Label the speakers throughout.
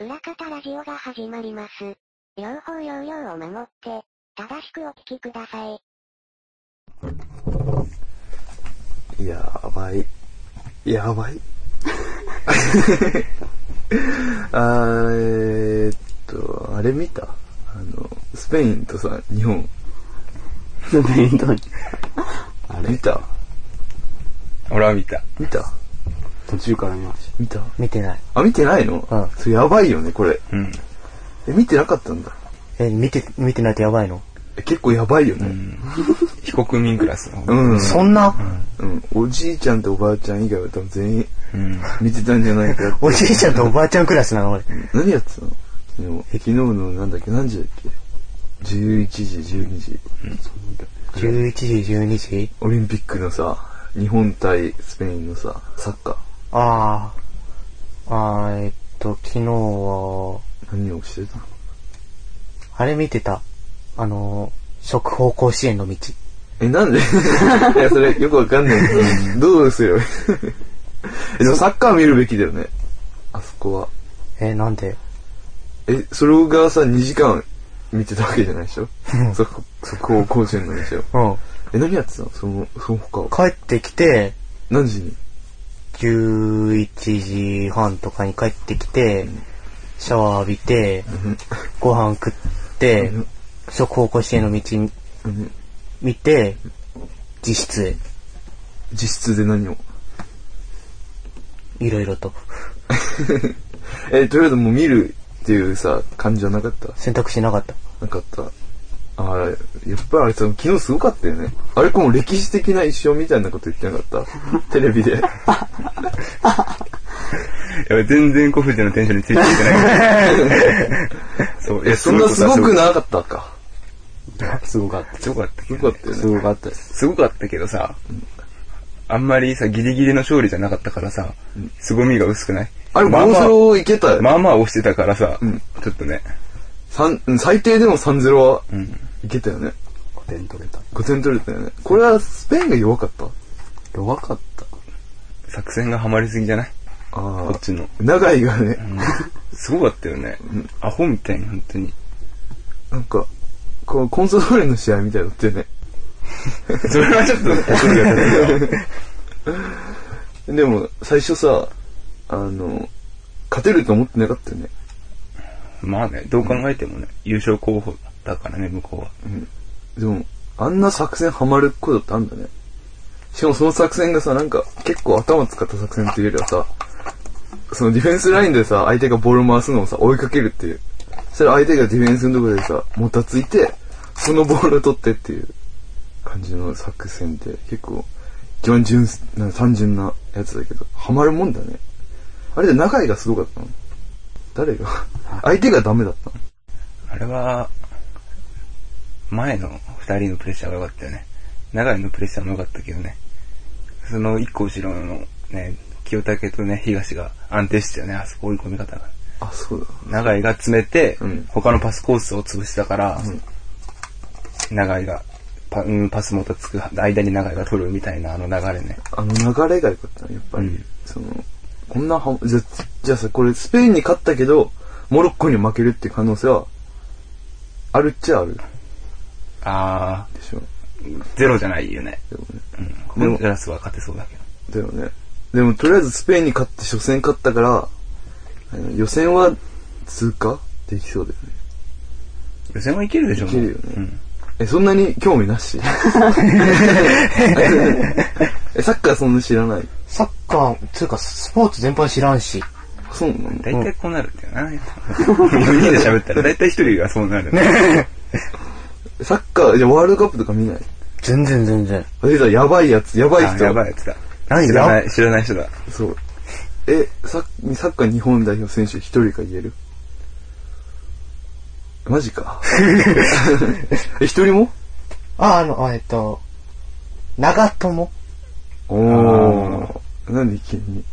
Speaker 1: 裏方ラジオが始まります。両方要領を守って、正しくお聞きください。
Speaker 2: やばい。やばい。 あーえーっと、あれ見たあの、スペインとさ、日本。
Speaker 3: 弁当に
Speaker 2: あれ見た
Speaker 4: 俺は見た。
Speaker 2: 見た
Speaker 3: 途中から見まし
Speaker 2: 見た
Speaker 5: 見てない。
Speaker 2: あ、見てないの
Speaker 5: うん
Speaker 2: それやばいよね、これ。
Speaker 4: うん。
Speaker 2: え、見てなかったんだ。
Speaker 5: え、見て、見てないとやばいの
Speaker 2: え結構やばいよね。
Speaker 4: 非国民クラスの。
Speaker 2: うん。
Speaker 5: そんな、
Speaker 2: うん。おじいちゃんとおばあちゃん以外は多分全員
Speaker 4: うん。
Speaker 2: 見てたんじゃないかって。
Speaker 5: おじいちゃんとおばあちゃんクラスなの俺。
Speaker 2: 何やってたの昨日。昨日のなんだっけ、何時だっけ ?11 時、12時。
Speaker 5: 11時、12時
Speaker 2: オリンピックのさ、日本対スペインのさ、サッカー。
Speaker 5: ああ。あー、えっと、昨日は、
Speaker 2: 何をしてたの
Speaker 5: あれ見てた。あのー、食報甲子園の道。
Speaker 2: え、なんで いや、それよくわかんない。どうす ればいいえでもサッカー見るべきだよね。あそこは。
Speaker 5: え、なんで
Speaker 2: え、それがさ、2時間見てたわけじゃないでしょそこ、そこを甲子園なんでしょ
Speaker 5: うん。
Speaker 2: え、何やってたのその、その他は。
Speaker 5: 帰ってきて、
Speaker 2: 何時に
Speaker 5: 11時半とかに帰ってきて、シャワー浴びて、ご飯食って、食報甲子園の道
Speaker 2: うん
Speaker 5: 見て、自室へ、
Speaker 2: 実質で何を
Speaker 5: いろいろと。
Speaker 2: え、とりあえずもう見るっていうさ、感じはなかった
Speaker 5: 選択肢なかった。
Speaker 2: なかった。ああ、やっぱりあれさ、昨日すごかったよね。あれこの歴史的な一生みたいなこと言ってなかった テレビで。
Speaker 4: やばい、全然古藤のテンションについていって ない。そう、い
Speaker 2: え、
Speaker 4: や、
Speaker 2: そんなすごく
Speaker 4: い。
Speaker 2: なかったか。
Speaker 3: た。すごかった。
Speaker 4: すごかったけ
Speaker 2: よ
Speaker 4: ど
Speaker 2: かっ
Speaker 4: ね。
Speaker 2: たよ
Speaker 3: す
Speaker 2: ね。
Speaker 3: ごかったです。
Speaker 4: すごかったけどさ、あんまりさ、ギリギリの勝利じゃなかったからさ、凄みが薄くない
Speaker 2: あれ、
Speaker 4: まあまあ
Speaker 2: 5-0いけたよ。
Speaker 4: まあまあ押してたからさ、
Speaker 2: ん
Speaker 4: ちょっとね。
Speaker 2: 三うん最低でも3-0は
Speaker 4: ん
Speaker 2: いけたよね。
Speaker 3: 5点取れた。
Speaker 2: 5点取れたよね。これはスペインが弱かった
Speaker 3: 弱かった。
Speaker 4: 作戦がハマりすぎじゃない
Speaker 2: あ
Speaker 4: こっちの。
Speaker 2: あ。長井がね、
Speaker 4: すごかったよね。アホみたいに、本当に。
Speaker 2: なんか、こう、コンソドーレの試合みたいだったよね。
Speaker 4: それはちょっと、
Speaker 2: でも、最初さ、あの、勝てると思ってなかったよね。
Speaker 4: まあね、どう考えてもね、優勝候補だからね、向こうは。
Speaker 2: でも、あんな作戦ハマることってあんだね。しかもその作戦がさ、なんか、結構頭使った作戦っていうよりはさ、そのディフェンスラインでさ、相手がボールを回すのをさ、追いかけるっていう。そしたら相手がディフェンスのところでさ、もたついて、そのボールを取ってっていう感じの作戦って、結構、一番純粋な、単純なやつだけど、ハマるもんだね。あれで仲井がすごかったの誰が相手がダメだったの
Speaker 4: あれは、前の二人のプレッシャーが良かったよね。長井のプレッシャーも良かったけどね。その一個後ろのね、清武とね、東が安定してたよね、あそこ追い込み方が。
Speaker 2: あ、そうだ。
Speaker 4: 長井が詰めて、
Speaker 2: うん
Speaker 4: 他のパスコースを潰したから、長井がパ、うん、パス元つく間に長井が取るみたいなあの流れね。
Speaker 2: あの流れが良かったね、やっぱり。
Speaker 4: うん
Speaker 2: その、こんなは、じゃ、じゃあさ、これスペインに勝ったけど、モロッコに負けるっていう可能性は、あるっちゃある
Speaker 4: あ
Speaker 2: でしょ。
Speaker 4: ー、ゼロじゃないよね。
Speaker 2: でもね。
Speaker 4: ホンジュラスは勝てそうだけど。
Speaker 2: だよね。でも、とりあえずスペインに勝って初戦勝ったから、あの予選は通過できそうだよね。
Speaker 4: 予選はいけるでしょ、もう
Speaker 2: いけるよね
Speaker 4: うん。
Speaker 2: え、そんなに興味な しえ、サッカーそんなに知らない。
Speaker 5: サッカー、つうかスポーツ全般知らんし。
Speaker 2: そうなの
Speaker 4: 大体こうなるんだよな。4人で喋ったら大体一人がそうなる。
Speaker 2: サッカー、じゃあワールドカップとか見ない
Speaker 5: 全然全然。
Speaker 2: あ出た、やばいやつ、やばい
Speaker 4: あ
Speaker 2: 人。
Speaker 4: やばいやつだ。
Speaker 5: 何
Speaker 4: 知らない、知らない人だ。
Speaker 2: そう。え、サッサッカー日本代表選手一人か言えるマジか。 え、一人も
Speaker 5: あ、あの、あえっと、長友
Speaker 2: おー。なんで急に。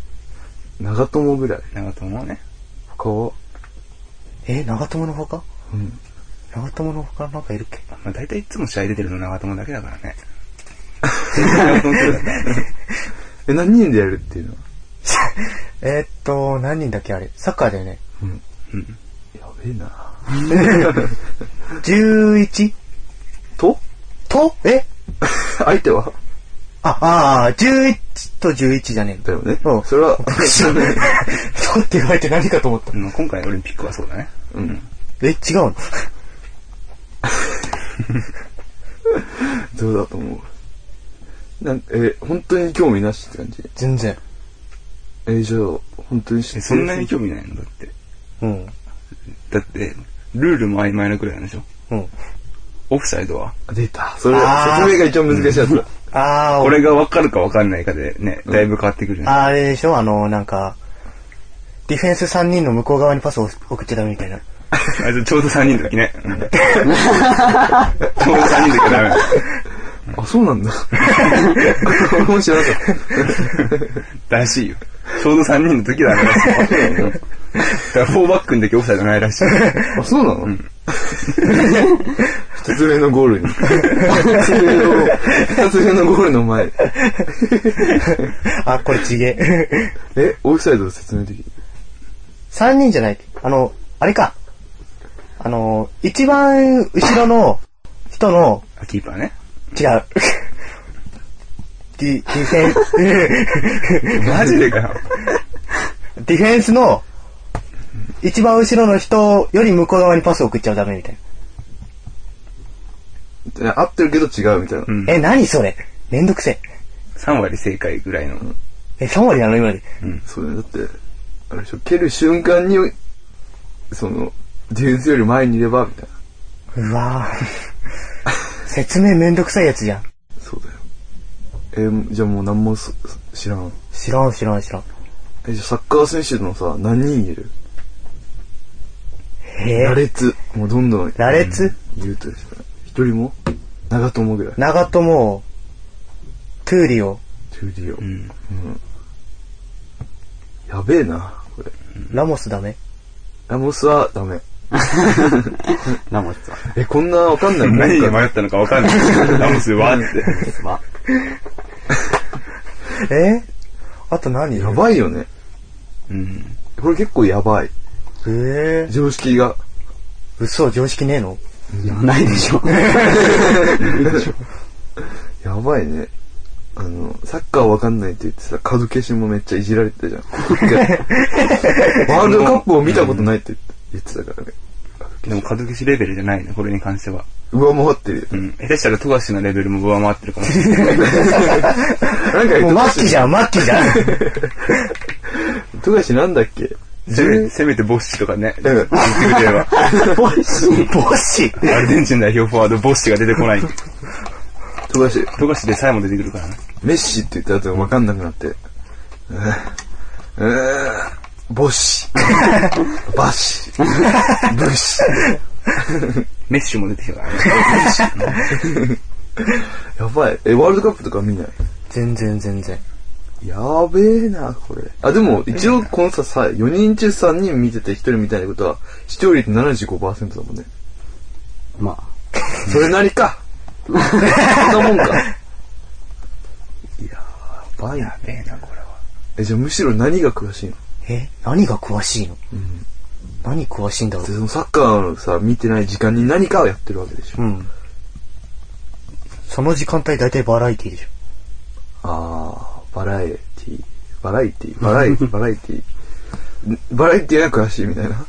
Speaker 2: 長友ぐらい。
Speaker 4: 長友ね。
Speaker 2: 他は
Speaker 5: え、長友のほか
Speaker 2: うん。
Speaker 5: 長友のほかなんかいるっけ
Speaker 4: まあ大体いつも試合出てるの長友だけだからね。長友だからね
Speaker 2: え、何人でやるっていうのは
Speaker 5: えーっと、何人だっけあれサッカーだよね。
Speaker 2: うん。
Speaker 4: うん。
Speaker 2: やべえな。
Speaker 5: 11?
Speaker 2: と
Speaker 5: とえ
Speaker 2: 相手は
Speaker 5: あ、ああ、11と11じゃねえ
Speaker 2: だよね。
Speaker 5: うん
Speaker 2: それは、
Speaker 5: の。 とって言われて何かと思った。
Speaker 4: まあ今回のオリンピックはそうだね。
Speaker 2: うん。
Speaker 5: え、違うの
Speaker 2: どうだと思う。なんえー本当に興味なしって感じ。
Speaker 5: 全然。
Speaker 2: えーじゃあ、本当に知ってる
Speaker 4: えそんなに興味ないのだって。
Speaker 5: うん。
Speaker 4: だって、ルールも曖昧なくらいなんでしょ
Speaker 5: うん。
Speaker 4: オフサイドは
Speaker 2: 出た。それ、
Speaker 5: あー
Speaker 2: 説明が一番難しいやつだ。
Speaker 5: ああ、
Speaker 4: これが分かるか分かんないかでね、だいぶ変わってくるね。
Speaker 5: あれでしょあの、なんか、ディフェンス3人の向こう側にパスを送っちゃダメみたいな。
Speaker 4: あ、じゃあちょうど3人の時ね。うんちょうど3人の時はダメ。
Speaker 2: あ、そう なんだ。俺も知らなかった。
Speaker 4: らしいよ。ちょうど3人の時だね。うんだから4バックの時オフサイドないらしい。
Speaker 2: あ、そうなの、一つ目のゴール に。二つ目の、二つ目のゴールの前。
Speaker 5: あ、これちげえ。
Speaker 2: え、オフサイドの説明的
Speaker 5: 3人じゃない。あの、あれか。あの、一番後ろの人の、
Speaker 4: あキーパーね。
Speaker 5: 違う。 ディディフェンス、
Speaker 4: マジでかよ。
Speaker 5: ディフェンス の、一番後ろの人より向こう側にパスを送っちゃダメみたい
Speaker 2: え合ってるけど違うみたいな。
Speaker 4: うん
Speaker 5: な。え、何それめんどくせ
Speaker 4: 3割正解ぐらいの。
Speaker 5: え。え、3割なの今で。
Speaker 2: そうだね。だって、あれでしょ、蹴る瞬間に、その、ディフェンスより前にいれば、みたいな。
Speaker 5: うわぁ。 説明めんどくさいやつじゃん。
Speaker 2: そうだよ。えーじゃあもう何もそそ知らん。
Speaker 5: 知らん知らん知らん。
Speaker 2: え、じゃあサッカー選手のさ、何人いる
Speaker 5: へ
Speaker 2: 羅
Speaker 5: ぇ。
Speaker 2: 列。もうどんどん
Speaker 5: 羅列
Speaker 2: 言うとですね。一人も長友ぐらい。
Speaker 5: 長友、トゥーリオ、
Speaker 2: トゥーディオ。
Speaker 4: うん。
Speaker 2: やべえな、これ。
Speaker 5: ラモスダメ
Speaker 2: ラモスはダメ。
Speaker 3: ラモスは。
Speaker 2: え、こんなわかんないもん
Speaker 4: 何で
Speaker 2: か。
Speaker 4: 迷ったのか分かんない。ラモスはって。
Speaker 3: は、
Speaker 5: えあと何
Speaker 2: やばいよね。
Speaker 4: うん。
Speaker 2: これ結構やばい。
Speaker 5: えぇ。
Speaker 2: 常識が。
Speaker 5: 嘘、常識ねえの
Speaker 3: いや、ないでしょ。
Speaker 2: やばいね。あの、サッカーわかんないって言ってさ、角消しもめっちゃいじられてた じゃん。一回ワールドカップを見たことないって言って言ってたからね。
Speaker 4: でも、角消しレベルじゃないね、これに関しては。
Speaker 2: 上回ってるよ。
Speaker 4: うん。下手したら、富樫のレベルも上回ってるかもしれない。
Speaker 2: なん
Speaker 5: もうマ
Speaker 2: か、
Speaker 5: ッキーじゃん、マッキーじゃん。
Speaker 2: 富樫なんだっけ
Speaker 4: せめせめて、ボッシとかね。言
Speaker 2: う
Speaker 4: っ
Speaker 2: ん
Speaker 4: てくれれば。
Speaker 5: ボッシー。ボッシー。
Speaker 4: アルゼンチン代表フォワード、ボッシが出てこない。
Speaker 2: 富樫、
Speaker 4: 富樫でさえも出てくるからね。
Speaker 2: メッシって言った後わかんなくなって。うーうーボッ シ。バッシ。ブッシ。
Speaker 4: メッシュも出てきたからね。
Speaker 2: やばい。え、ワールドカップとか見ない
Speaker 5: 全然全然。
Speaker 2: やべえな、これ。あ、でも、一応このさ、さ、4人中3人見てて1人みたいなことは、視聴率75%だもんね。
Speaker 3: まあ、
Speaker 2: それなりか。そんなもんか。い やー、ばいな。
Speaker 4: ええな、これは。
Speaker 2: え、じゃあむしろ何が詳しいの
Speaker 5: え何が詳しいの何詳しいんだろ
Speaker 2: で、そのサッカーのさ、見てない時間に何かをやってるわけでしょ。
Speaker 5: う。うん。その時間帯大体バラエティでしょ。
Speaker 2: あー、バラエティバラエティバ ラエティバラエティんバラエティが詳しいみたいな。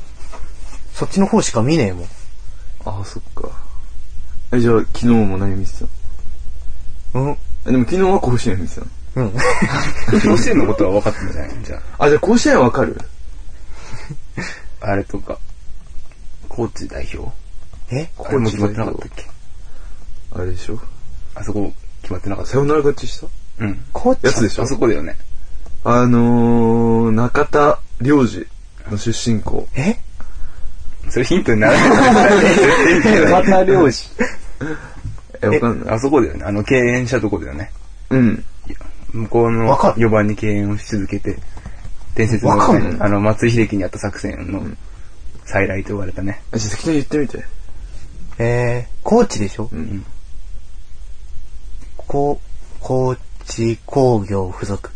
Speaker 5: そっちの方しか見ねえもん。
Speaker 2: あー、そっか。え、じゃあ昨日も何見てたの
Speaker 5: うん。
Speaker 2: えでも昨日は甲子園見てたの
Speaker 5: うん。
Speaker 4: 甲子園のことは分かってんじゃないじゃ
Speaker 2: あ、じゃあ甲子園わかる
Speaker 4: あ、あれとか、高知代表
Speaker 5: え
Speaker 4: あれも決まってなかったっけ
Speaker 2: あれでしょ
Speaker 4: あそこ決まってなかっ
Speaker 2: サ
Speaker 4: た。
Speaker 2: ヨナラ勝ちした
Speaker 4: うん。
Speaker 5: こっ
Speaker 2: や
Speaker 5: ち
Speaker 2: つでしょ
Speaker 4: あそこだよね。
Speaker 2: あのー、中田良二の出身校。
Speaker 5: え
Speaker 4: それヒントにならない。絶対ヒントにな
Speaker 3: ま
Speaker 4: らない
Speaker 3: た漁師。
Speaker 2: え、わかんない
Speaker 4: あ。そこだよね。あの、敬遠したとこだよね。
Speaker 2: うん。
Speaker 4: 向こうの
Speaker 5: わかる
Speaker 4: 4番に敬遠をし続けて、伝説の、
Speaker 5: わかんない
Speaker 4: あの、松井秀喜にあった作戦の再来と言われたね。
Speaker 2: あ、じゃあ適当に言ってみて。
Speaker 5: えー、高知でしょ
Speaker 2: うん。
Speaker 5: こ、高知工業附属。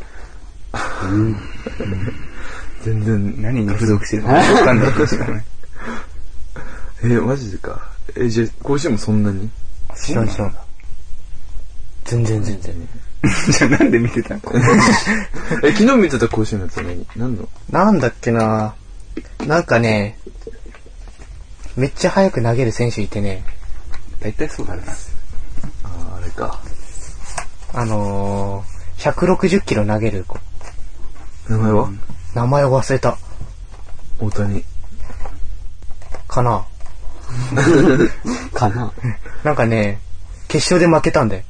Speaker 2: 全然。
Speaker 4: 何に付属してるのか分かんないかもしれない。
Speaker 2: えー、マジでか。えじゃあ、甲子園もそんなに
Speaker 5: 知 らん知らん。全然全然。
Speaker 4: じゃあなんで見てたの
Speaker 2: え、昨日見てた甲子園のやつは何何の
Speaker 5: なんだっけななんかね、めっちゃ速く投げる選手いてね、
Speaker 4: 大体そうだな。
Speaker 2: ああ、あれか。
Speaker 5: あのー、160キロ投げる子。
Speaker 2: 名前は、
Speaker 5: 名前を忘れた。
Speaker 2: 大谷。
Speaker 5: かな
Speaker 3: かな。
Speaker 5: なんかね、決勝で負けたんだよ。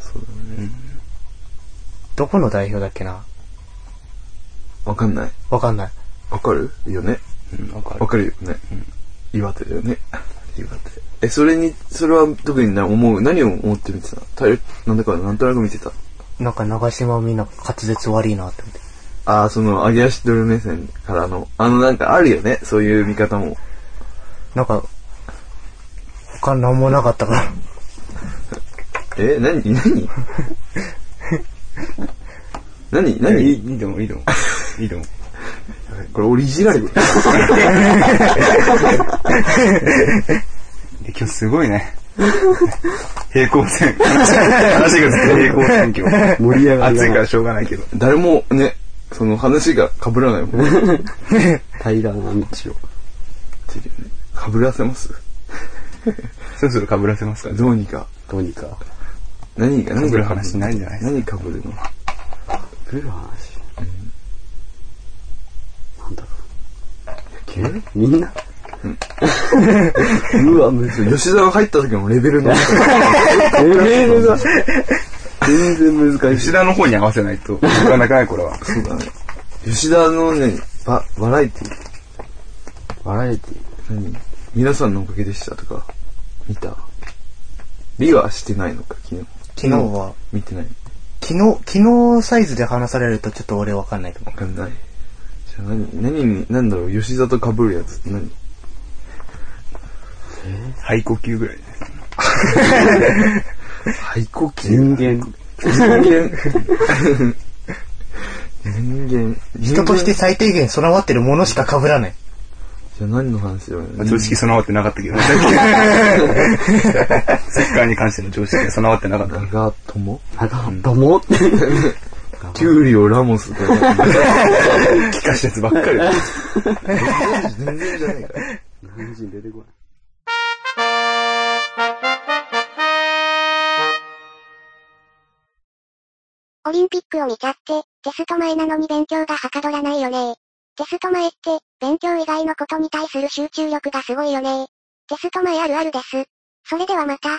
Speaker 2: そうだね。
Speaker 5: どこの代表だっけな
Speaker 2: わかんない。
Speaker 5: わかんない。
Speaker 2: わかるよね。
Speaker 4: うん、わかる
Speaker 2: わ。かるよね。岩手だよね。岩手。え、それに、それは特にな思う、何を思って見てたたいなんだかなんとなく見てた。
Speaker 5: なんか長島みんな滑舌悪いなって思って。
Speaker 2: ああ、その、揚げ足取る目線からの、あのなんかあるよね、そういう見方も。
Speaker 5: なんか、他なんもなかったから。
Speaker 2: え、何 何何
Speaker 4: いやい
Speaker 2: 何
Speaker 4: いいいと思う、いいと思う。いいと思う。
Speaker 2: これ俺いじられてる。
Speaker 4: で、今日すごいね。 平行線。話がずっと平行線今日。
Speaker 3: 盛り上がり
Speaker 4: 暑
Speaker 3: が
Speaker 4: い
Speaker 3: な
Speaker 4: か
Speaker 3: い
Speaker 4: らしょうがないけど。
Speaker 2: 誰もね、その話が被らないもん。
Speaker 3: 平らな道を。
Speaker 2: 被らせます
Speaker 4: そろそろ被らせますから。
Speaker 2: どうにか。
Speaker 3: どうにか。
Speaker 2: 何が、何
Speaker 4: 被
Speaker 2: が
Speaker 4: る話ないんじゃない
Speaker 2: 何被るの
Speaker 3: 来る話。なんだろ
Speaker 2: え
Speaker 3: う。みんな うわ、むず い。
Speaker 2: 吉沢入った時のレベルの。
Speaker 3: レベルが、全然難しい
Speaker 4: 吉。田の方に合わせないと、なかなかない、これは。
Speaker 2: そうだね。吉田のね、バ、バラエティ、
Speaker 3: バラエティ
Speaker 2: 何皆さんのおかげでしたとか、見たリはしてないのか、昨日。
Speaker 5: 昨日は、
Speaker 2: 見てない。
Speaker 5: 昨日、昨日サイズで話されるとちょっと俺わかんないと思
Speaker 2: わかんない。じゃあ何、何に、何だろう、吉田と被るやつって何
Speaker 4: 肺呼吸ぐらいです。
Speaker 2: 肺呼吸
Speaker 3: 人間。
Speaker 2: 人 間。人間。
Speaker 5: う。人として最低限備わってるものしか被らない。
Speaker 2: じゃあ何の話だろうね。
Speaker 4: 常識備わってなかったけ どね。サッカーに関しての常識が備わってなかった。
Speaker 2: 長友
Speaker 3: なんか、どもって。
Speaker 2: キュウリをラモスとか。
Speaker 4: 気化したやつばっかり。
Speaker 2: 全然じゃないから。
Speaker 3: 日本人出てこない。
Speaker 1: オリンピックを見ちゃって、テスト前なのに勉強がはかどらないよねテスト前って、勉強以外のことに対する集中力がすごいよねテスト前あるあるです。それではまた。